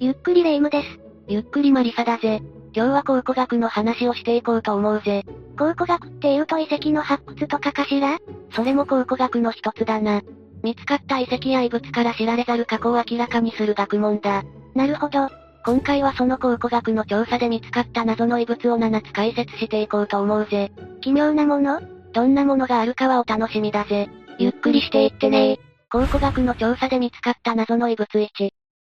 ゆっくりレ夢ムです。ゆっくりマリサだぜ。今日は考古学の話をしていこうと思うぜ。考古学って言うと遺跡の発掘とかかしらそれも考古学の一つだな。見つかった遺跡や遺物から知られざる過去を明らかにする学問だ。なるほど。今回はその考古学の調査で見つかった謎の遺物を7つ解説していこうと思うぜ。奇妙なものどんなものがあるかはお楽しみだぜ。ゆっくりしていってね考古学の調査で見つかった謎の遺物1。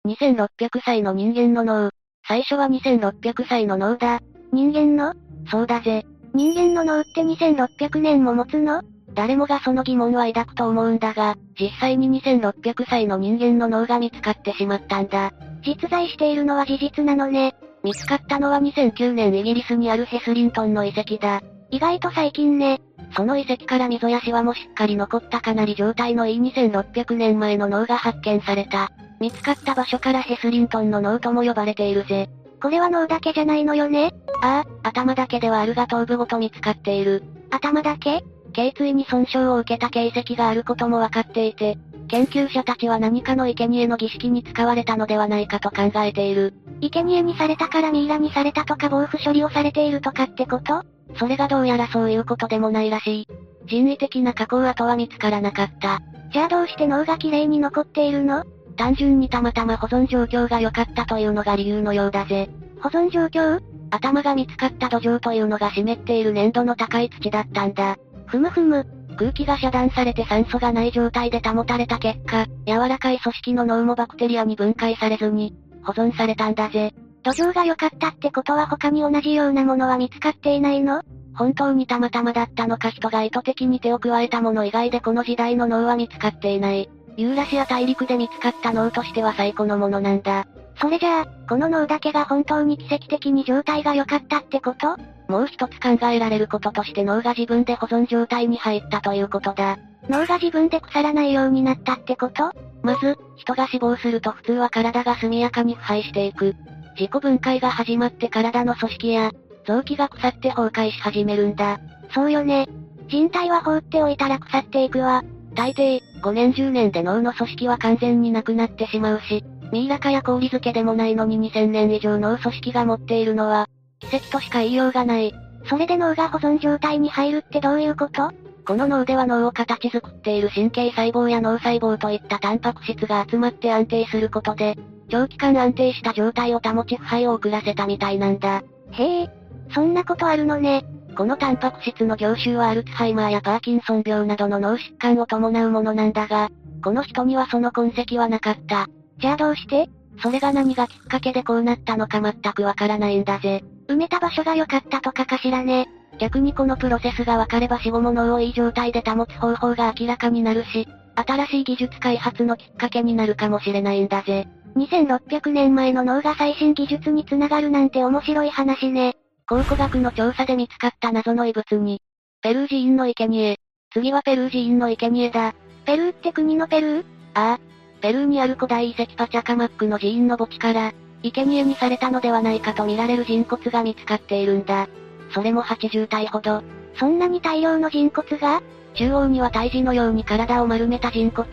2600歳の人間の脳。最初は2600歳の脳だ。人間のそうだぜ。人間の脳って2600年も持つの誰もがその疑問は抱くと思うんだが、実際に2600歳の人間の脳が見つかってしまったんだ。実在しているのは事実なのね。見つかったのは2009年イギリスにあるヘスリントンの遺跡だ。意外と最近ね。その遺跡から溝やシワもしっかり残ったかなり状態のいい2600年前の脳が発見された。見つかった場所からヘスリントンの脳とも呼ばれているぜ。これは脳だけじゃないのよねああ、頭だけではあるが頭部ごと見つかっている。頭だけ頸椎に損傷を受けた形跡があることも分かっていて、研究者たちは何かの生贄の儀式に使われたのではないかと考えている。生贄にされたからミイラにされたとか防腐処理をされているとかってことそれがどうやらそういうことでもないらしい。人為的な加工跡は見つからなかった。じゃあどうして脳が綺麗に残っているの単純にたまたま保存状況が良かったというのが理由のようだぜ。保存状況頭が見つかった土壌というのが湿っている粘土の高い土だったんだ。ふむふむ。空気が遮断されて酸素がない状態で保たれた結果、柔らかい組織の脳もバクテリアに分解されずに、保存されたんだぜ。土壌が良かったってことは他に同じようなものは見つかっていないの本当にたまたまだったのか人が意図的に手を加えたもの以外でこの時代の脳は見つかっていない。ユーラシア大陸で見つかった脳としては最古のものなんだ。それじゃあ、この脳だけが本当に奇跡的に状態が良かったってこともう一つ考えられることとして脳が自分で保存状態に入ったということだ。脳が自分で腐らないようになったってことまず、人が死亡すると普通は体が速やかに腐敗していく。自己分解が始まって体の組織や、臓器が腐って崩壊し始めるんだ。そうよね。人体は放っておいたら腐っていくわ。大抵、5年10年で脳の組織は完全になくなってしまうし、ミイラ化や氷漬けでもないのに2000年以上脳組織が持っているのは、奇跡としか言いようがない。それで脳が保存状態に入るってどういうことこの脳では脳を形作っている神経細胞や脳細胞といったタンパク質が集まって安定することで、長期間安定した状態を保ち腐敗を遅らせたみたいなんだ。へえ、そんなことあるのね。このタンパク質の凝集はアルツハイマーやパーキンソン病などの脳疾患を伴うものなんだが、この人にはその痕跡はなかった。じゃあどうしてそれが何がきっかけでこうなったのか全くわからないんだぜ。埋めた場所が良かったとかかしらね。逆にこのプロセスがわかれば死後も脳をいい状態で保つ方法が明らかになるし、新しい技術開発のきっかけになるかもしれないんだぜ。 2600年前の脳が最新技術につながるなんて面白い話ね。考古学の調査で見つかった謎の遺物に、ペルー寺院の生贄。次はペルー寺院の生贄だ。ペルーって国のペルーああ。ペルーにある古代遺跡パチャカマックの寺院の墓地から、生贄にされたのではないかと見られる人骨が見つかっているんだ。それも80体ほど。そんなに大量の人骨が中央には胎児のように体を丸めた人骨。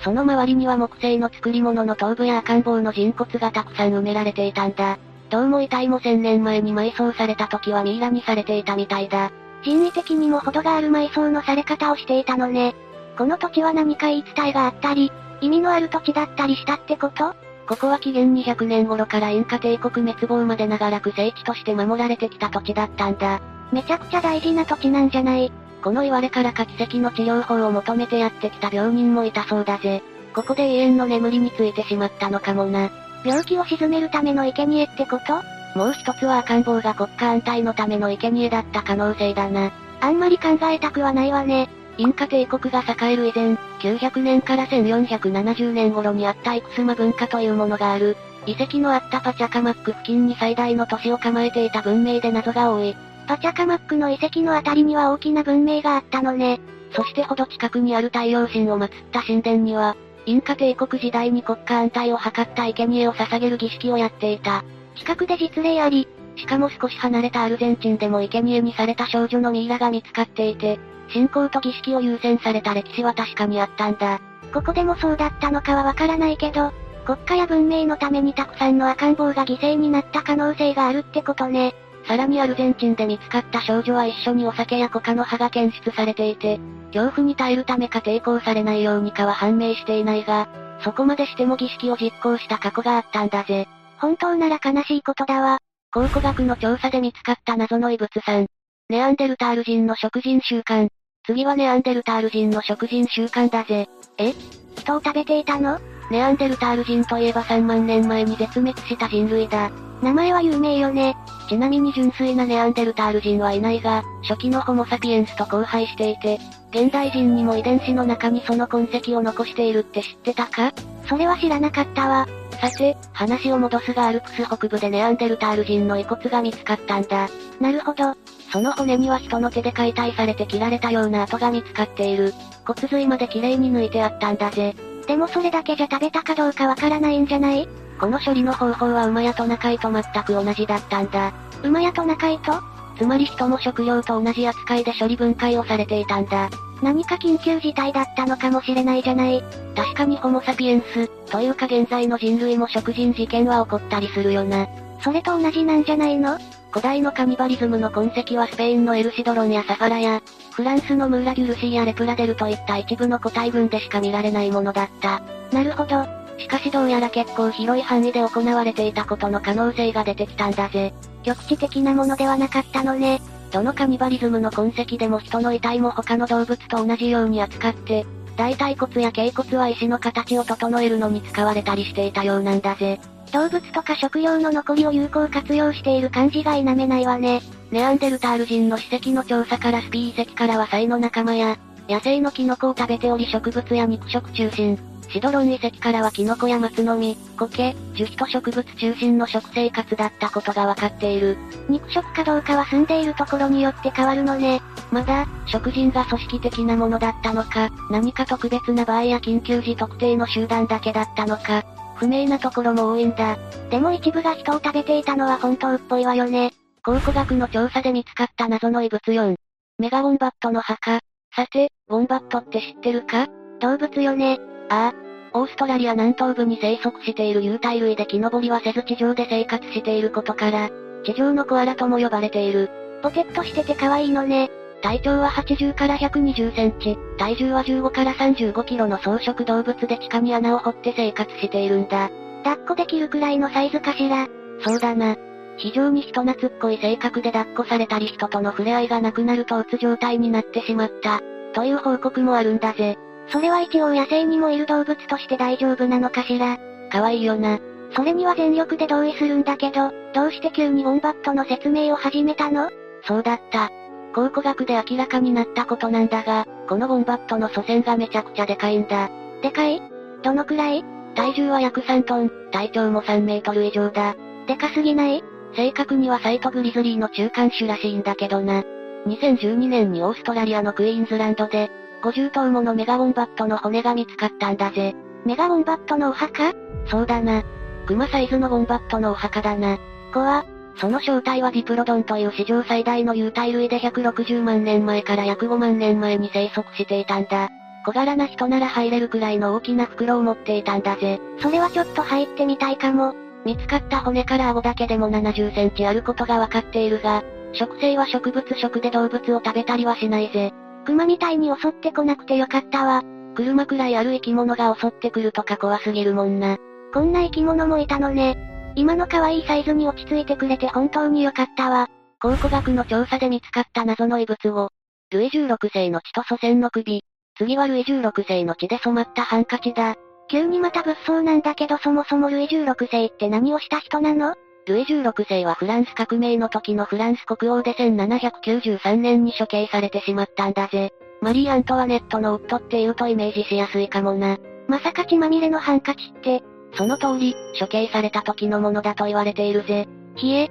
その周りには木製の作り物の頭部や赤ん坊の人骨がたくさん埋められていたんだ。どうも遺体も1000年前に埋葬された時はミイラにされていたみたいだ。人為的にも程がある埋葬のされ方をしていたのね。この土地は何か言い伝えがあったり、意味のある土地だったりしたってことここは紀元200年頃からインカ帝国滅亡まで長らく聖地として守られてきた土地だったんだ。めちゃくちゃ大事な土地なんじゃない。この言われからか奇跡の治療法を求めてやってきた病人もいたそうだぜ。ここで永遠の眠りについてしまったのかもな。病気を鎮めるための生贄ってこともう一つは赤ん坊が国家安泰のための生贄だった可能性だな。あんまり考えたくはないわね。インカ帝国が栄える以前、900年から1470年頃にあったイクスマ文化というものがある。遺跡のあったパチャカマック付近に最大の都市を構えていた文明で謎が多い。パチャカマックの遺跡のあたりには大きな文明があったのね。そしてほど近くにある太陽神を祀った神殿には、インカ帝国時代に国家安泰を図った生贄を捧げる儀式をやっていた。近くで実例あり、しかも少し離れたアルゼンチンでも生贄にされた少女のミイラが見つかっていて、信仰と儀式を優先された歴史は確かにあったんだ。ここでもそうだったのかはわからないけど、国家や文明のためにたくさんの赤ん坊が犠牲になった可能性があるってことね。さらにアルゼンチンで見つかった少女は一緒にお酒やコカの葉が検出されていて、恐怖に耐えるためか抵抗されないようにかは判明していないが、そこまでしても儀式を実行した過去があったんだぜ。本当なら悲しいことだわ。考古学の調査で見つかった謎の異物産。ネアンデルタール人の食人習慣。次はネアンデルタール人の食人習慣だぜ。え人を食べていたのネアンデルタール人といえば3万年前に絶滅した人類だ。名前は有名よね。ちなみに純粋なネアンデルタール人はいないが、初期のホモサピエンスと交配していて、現代人にも遺伝子の中にその痕跡を残しているって知ってたかそれは知らなかったわ。さて、話を戻すがアルプス北部でネアンデルタール人の遺骨が見つかったんだ。なるほど。その骨には人の手で解体されて切られたような跡が見つかっている。骨髄まで綺麗に抜いてあったんだぜ。でもそれだけじゃ食べたかどうかわからないんじゃないこの処理の方法は馬やトナカイと全く同じだったんだ。馬やトナカイとつまり人も食料と同じ扱いで処理分解をされていたんだ。何か緊急事態だったのかもしれないじゃない。確かにホモサピエンス、というか現在の人類も食人事件は起こったりするよな。それと同じなんじゃないの古代のカニバリズムの痕跡はスペインのエルシドロンやサファラや、フランスのムーラ・デュルシーやレプラデルといった一部の個体群でしか見られないものだった。なるほど。しかしどうやら結構広い範囲で行われていたことの可能性が出てきたんだぜ。局地的なものではなかったのね。どのカニバリズムの痕跡でも人の遺体も他の動物と同じように扱って、大腿骨や頸骨は石の形を整えるのに使われたりしていたようなんだぜ。動物とか食料の残りを有効活用している感じが否めないわね。ネアンデルタール人の史跡の調査からスピー遺跡からはサイの仲間や、野生のキノコを食べており植物や肉食中心、シドロン遺跡からはキノコや松の実、苔、樹皮と植物中心の食生活だったことがわかっている。肉食かどうかは住んでいるところによって変わるのね。まだ、食人が組織的なものだったのか、何か特別な場合や緊急時特定の集団だけだったのか、不明なところも多いんだ。でも一部が人を食べていたのは本当っぽいわよね。考古学の調査で見つかった謎の異物4。メガウォンバットの墓。さて、ウォンバットって知ってるか動物よね。ああ。オーストラリア南東部に生息している有袋類で木登りはせず地上で生活していることから、地上のコアラとも呼ばれている。ポテッとしてて可愛いのね。体長は80から120センチ、体重は15から35キロの草食動物で地下に穴を掘って生活しているんだ。抱っこできるくらいのサイズかしら。そうだな。非常に人懐っこい性格で抱っこされたり人との触れ合いがなくなるとうつ状態になってしまった。という報告もあるんだぜ。それは一応野生にもいる動物として大丈夫なのかしら。可愛いよな。それには全力で同意するんだけど、どうして急にウォンバットの説明を始めたのそうだった。考古学で明らかになったことなんだが、このウォンバットの祖先がめちゃくちゃでかいんだ。でかいどのくらい体重は約3トン、体長も3メートル以上だ。でかすぎない正確にはサイトグリズリーの中間種らしいんだけどな。2012年にオーストラリアのクイーンズランドで、50頭ものメガウォンバットの骨が見つかったんだぜ。メガウォンバットのお墓そうだな。クマサイズのウォンバットのお墓だな。怖その正体はディプロドンという史上最大の有袋類で160万年前から約5万年前に生息していたんだ。小柄な人なら入れるくらいの大きな袋を持っていたんだぜ。それはちょっと入ってみたいかも。見つかった骨から顎だけでも70センチあることがわかっているが、食性は植物食で動物を食べたりはしないぜ。熊みたいに襲ってこなくてよかったわ。車くらいある生き物が襲ってくるとか怖すぎるもんな。こんな生き物もいたのね。今の可愛いサイズに落ち着いてくれて本当によかったわ。考古学の調査で見つかった謎の異物を、ルイ16世の血と祖先の首、次はルイ16世の血で染まったハンカチだ。急にまた物騒なんだけどそもそもルイ16世って何をした人なのルイ16世はフランス革命の時のフランス国王で1793年に処刑されてしまったんだぜ。マリー・アントワネットの夫っていうとイメージしやすいかもな。まさか血まみれのハンカチって、その通り、処刑された時のものだと言われているぜ。ひえ、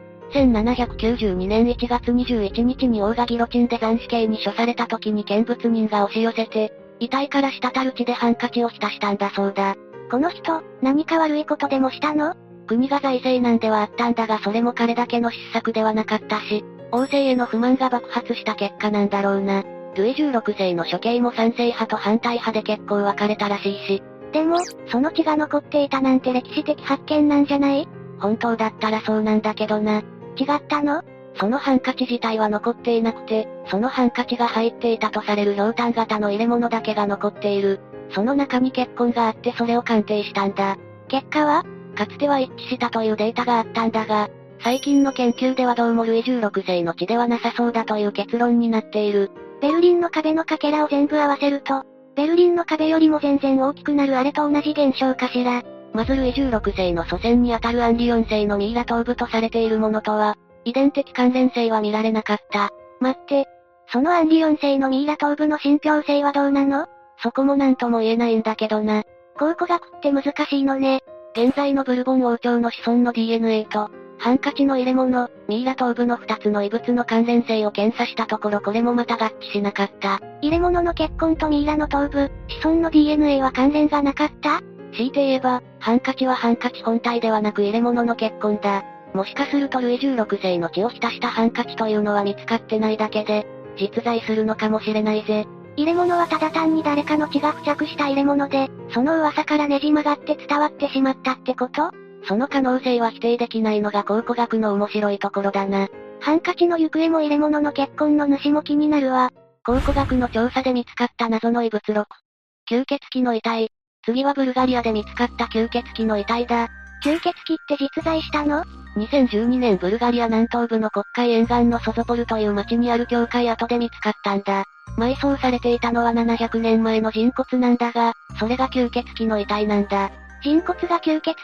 1792年1月21日に王がギロチンで斬死刑に処された時に見物人が押し寄せて、遺体から滴る血でハンカチを浸したんだそうだ。この人、何か悪いことでもしたの国が財政難ではあったんだがそれも彼だけの失策ではなかったし、王政への不満が爆発した結果なんだろうな。ルイ16世の処刑も賛成派と反対派で結構分かれたらしいし、でも、その血が残っていたなんて歴史的発見なんじゃない本当だったらそうなんだけどな。違ったのそのハンカチ自体は残っていなくて、そのハンカチが入っていたとされる氷炭型の入れ物だけが残っている。その中に血痕があってそれを鑑定したんだ。結果はかつては一致したというデータがあったんだが、最近の研究ではどうもルイ16世の血ではなさそうだという結論になっている。ベルリンの壁のかけらを全部合わせると、ベルリンの壁よりも全然大きくなるあれと同じ現象かしら。まずルイ16世の祖先にあたるアンリ4世のミイラ頭部とされているものとは、遺伝的関連性は見られなかった。待って。そのアンリ4世のミイラ頭部の信憑性はどうなのそこもなんとも言えないんだけどな。考古学って難しいのね。現在のブルボン王朝の子孫の DNA と、ハンカチの入れ物、ミイラ頭部の2つの異物の関連性を検査したところこれもまた合致しなかった。入れ物の血痕とミイラの頭部、子孫の DNA は関連がなかった強いて言えば、ハンカチはハンカチ本体ではなく入れ物の血痕だ。もしかするとルイ16世の血を浸したハンカチというのは見つかってないだけで、実在するのかもしれないぜ。入れ物はただ単に誰かの血が付着した入れ物で、その噂からねじ曲がって伝わってしまったってことその可能性は否定できないのが考古学の面白いところだな。ハンカチの行方も入れ物の血痕の主も気になるわ。考古学の調査で見つかった謎の異物6。吸血鬼の遺体。次はブルガリアで見つかった吸血鬼の遺体だ。吸血鬼って実在したの2012年ブルガリア南東部の国会沿岸のソゾポルという町にある教会跡で見つかったんだ。埋葬されていたのは700年前の人骨なんだが、それが吸血鬼の遺体なんだ。人骨が吸血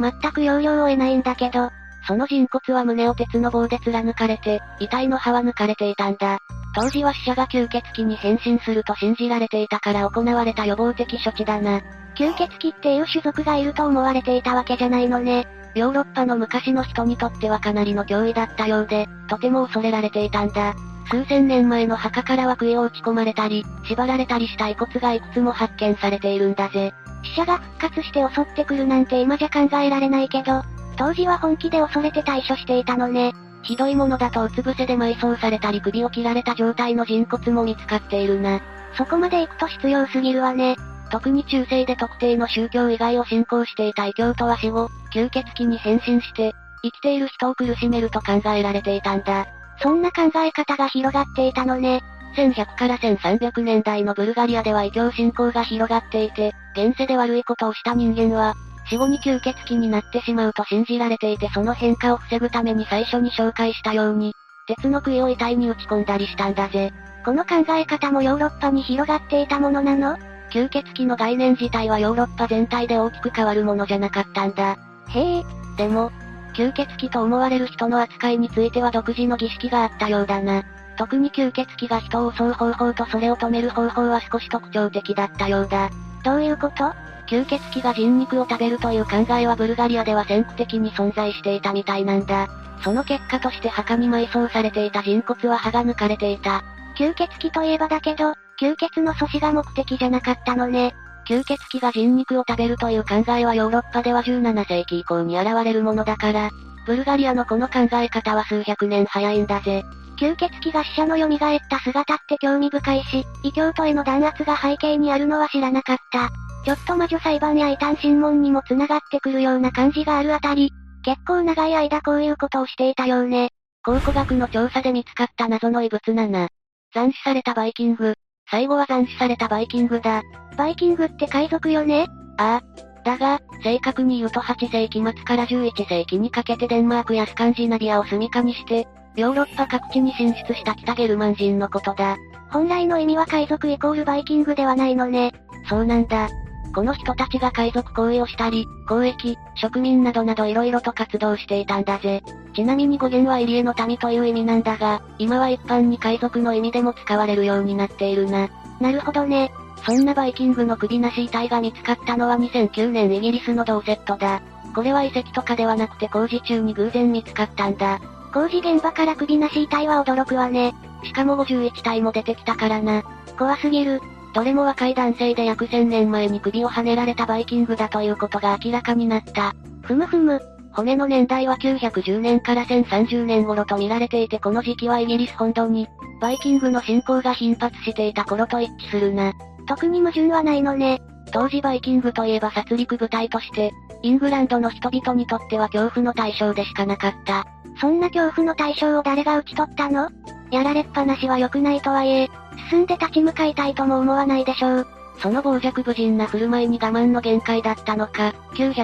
鬼全く要領を得ないんだけど、その人骨は胸を鉄の棒で貫かれて、遺体の歯は抜かれていたんだ。当時は死者が吸血鬼に変身すると信じられていたから行われた予防的処置だな。吸血鬼っていう種族がいると思われていたわけじゃないのね。ヨーロッパの昔の人にとってはかなりの脅威だったようで、とても恐れられていたんだ。数千年前の墓からは杭を打ち込まれたり、縛られたりした遺骨がいくつも発見されているんだぜ。死者が復活して襲ってくるなんて今じゃ考えられないけど、当時は本気で恐れて対処していたのね。ひどいものだとうつ伏せで埋葬されたり首を切られた状態の人骨も見つかっているな。そこまで行くと必要すぎるわね。特に中世で特定の宗教以外を信仰していた異教徒は死後、吸血鬼に変身して、生きている人を苦しめると考えられていたんだ。そんな考え方が広がっていたのね。 1100から1300年代のブルガリアでは異教信仰が広がっていて、現世で悪いことをした人間は、死後に吸血鬼になってしまうと信じられていてその変化を防ぐために最初に紹介したように、鉄の杭を遺体に打ち込んだりしたんだぜ。この考え方もヨーロッパに広がっていたものなの吸血鬼の概念自体はヨーロッパ全体で大きく変わるものじゃなかったんだ。へえ。でも、吸血鬼と思われる人の扱いについては独自の儀式があったようだな。特に吸血鬼が人を襲う方法とそれを止める方法は少し特徴的だったようだ。どういうこと吸血鬼が人肉を食べるという考えはブルガリアでは先駆的に存在していたみたいなんだ。その結果として墓に埋葬されていた人骨は歯が抜かれていた。吸血鬼といえばだけど、吸血の阻止が目的じゃなかったのね。吸血鬼が人肉を食べるという考えはヨーロッパでは17世紀以降に現れるものだから、ブルガリアのこの考え方は数百年早いんだぜ。吸血鬼が死者の蘇った姿って興味深いし、異教徒への弾圧が背景にあるのは知らなかった。ちょっと魔女裁判や異端審問にも繋がってくるような感じがあるあたり、結構長い間こういうことをしていたようね。考古学の調査で見つかった謎の異物7。斬死されたバイキング、最後は斬首されたバイキングだ。バイキングって海賊よねああ。だが、正確に言うと8世紀末から11世紀にかけてデンマークやスカンジナビアを住処にして、ヨーロッパ各地に進出した北ゲルマン人のことだ。本来の意味は海賊イコールバイキングではないのね。そうなんだ。この人たちが海賊行為をしたり、交易、植民などなど色々と活動していたんだぜ。ちなみに語源は入江の民という意味なんだが、今は一般に海賊の意味でも使われるようになっているな。なるほどね。そんなバイキングの首なし遺体が見つかったのは2009年イギリスのドーセットだ。これは遺跡とかではなくて工事中に偶然見つかったんだ。工事現場から首なし遺体は驚くわね。しかも51体も出てきたからな。怖すぎる。どれも若い男性で約1000年前に首をはねられたバイキングだということが明らかになった。ふむふむ。骨の年代は910年から1030年頃と見られていてこの時期はイギリス本土に、バイキングの進行が頻発していた頃と一致するな。特に矛盾はないのね。当時バイキングといえば殺戮部隊として、イングランドの人々にとっては恐怖の対象でしかなかった。そんな恐怖の対象を誰が討ち取ったのやられっぱなしは良くないとはいえ、進んで立ち向かいたいとも思わないでしょう。その傍若無人な振る舞いに我慢の限界だったのか、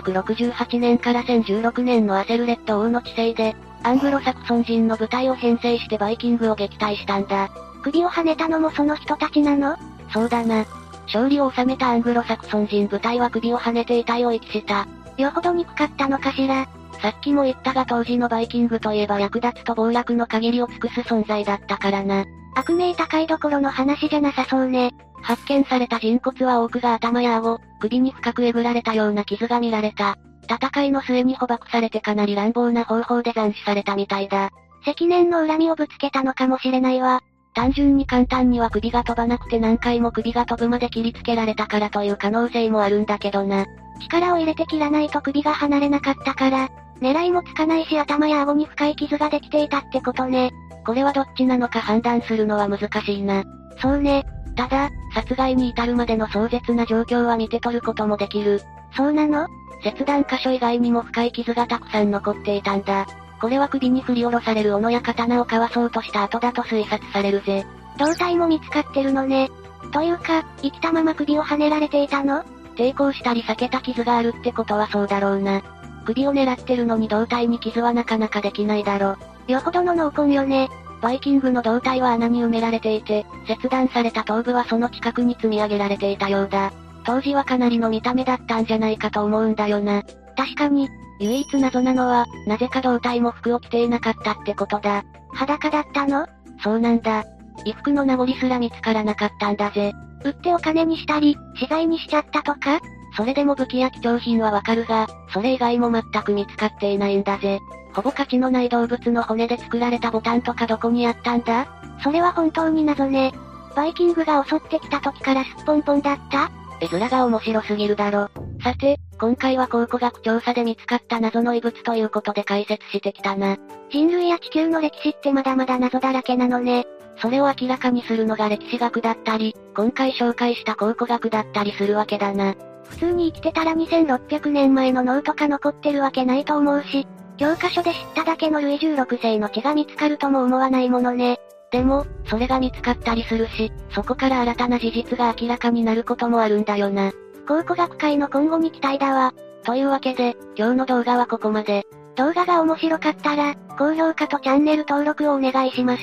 968年から1016年のアセルレッド王の治世で、アングロサクソン人の部隊を編成してバイキングを撃退したんだ。首をはねたのもその人たちなのそうだな。勝利を収めたアングロサクソン人部隊は首をはねて遺体を遺棄した。よほど憎かったのかしら。さっきも言ったが当時のバイキングといえば略奪と暴落の限りを尽くす存在だったからな。悪名高いどころの話じゃなさそうね。発見された人骨は多くが頭や顎、首に深くえぐられたような傷が見られた。戦いの末に捕獲されてかなり乱暴な方法で斬首されたみたいだ。積年の恨みをぶつけたのかもしれないわ。単純に簡単には首が飛ばなくて何回も首が飛ぶまで切りつけられたからという可能性もあるんだけどな。力を入れて切らないと首が離れなかったから、狙いもつかないし頭や顎に深い傷ができていたってことね。これはどっちなのか判断するのは難しいな。そうね。ただ、殺害に至るまでの壮絶な状況は見て取ることもできる。そうなの切断箇所以外にも深い傷がたくさん残っていたんだ。これは首に振り下ろされる斧や刀をかわそうとした後だと推察されるぜ。胴体も見つかってるのね。というか、生きたまま首をはねられていたの抵抗したり避けた傷があるってことはそうだろうな。首を狙ってるのに胴体に傷はなかなかできないだろ。よほどの濃紺よね。バイキングの胴体は穴に埋められていて、切断された頭部はその近くに積み上げられていたようだ。当時はかなりの見た目だったんじゃないかと思うんだよな。確かに、唯一謎なのは、なぜか胴体も服を着ていなかったってことだ。裸だったのそうなんだ。衣服の名残すら見つからなかったんだぜ。売ってお金にしたり、資材にしちゃったとかそれでも武器や貴重品はわかるが、それ以外も全く見つかっていないんだぜ。ほぼ価値のない動物の骨で作られたボタンとかどこにあったんだそれは本当に謎ね。バイキングが襲ってきた時からすっぽんぽんだった絵面が面白すぎるだろ。さて、今回は考古学調査で見つかった謎の遺物ということで解説してきたな。人類や地球の歴史ってまだまだ謎だらけなのね。それを明らかにするのが歴史学だったり、今回紹介した考古学だったりするわけだな。普通に生きてたら2600年前の脳とか残ってるわけないと思うし、教科書で知っただけのルイ16世の血が見つかるとも思わないものね。でも、それが見つかったりするし、そこから新たな事実が明らかになることもあるんだよな。考古学界の今後に期待だわ。というわけで、今日の動画はここまで。動画が面白かったら、高評価とチャンネル登録をお願いします。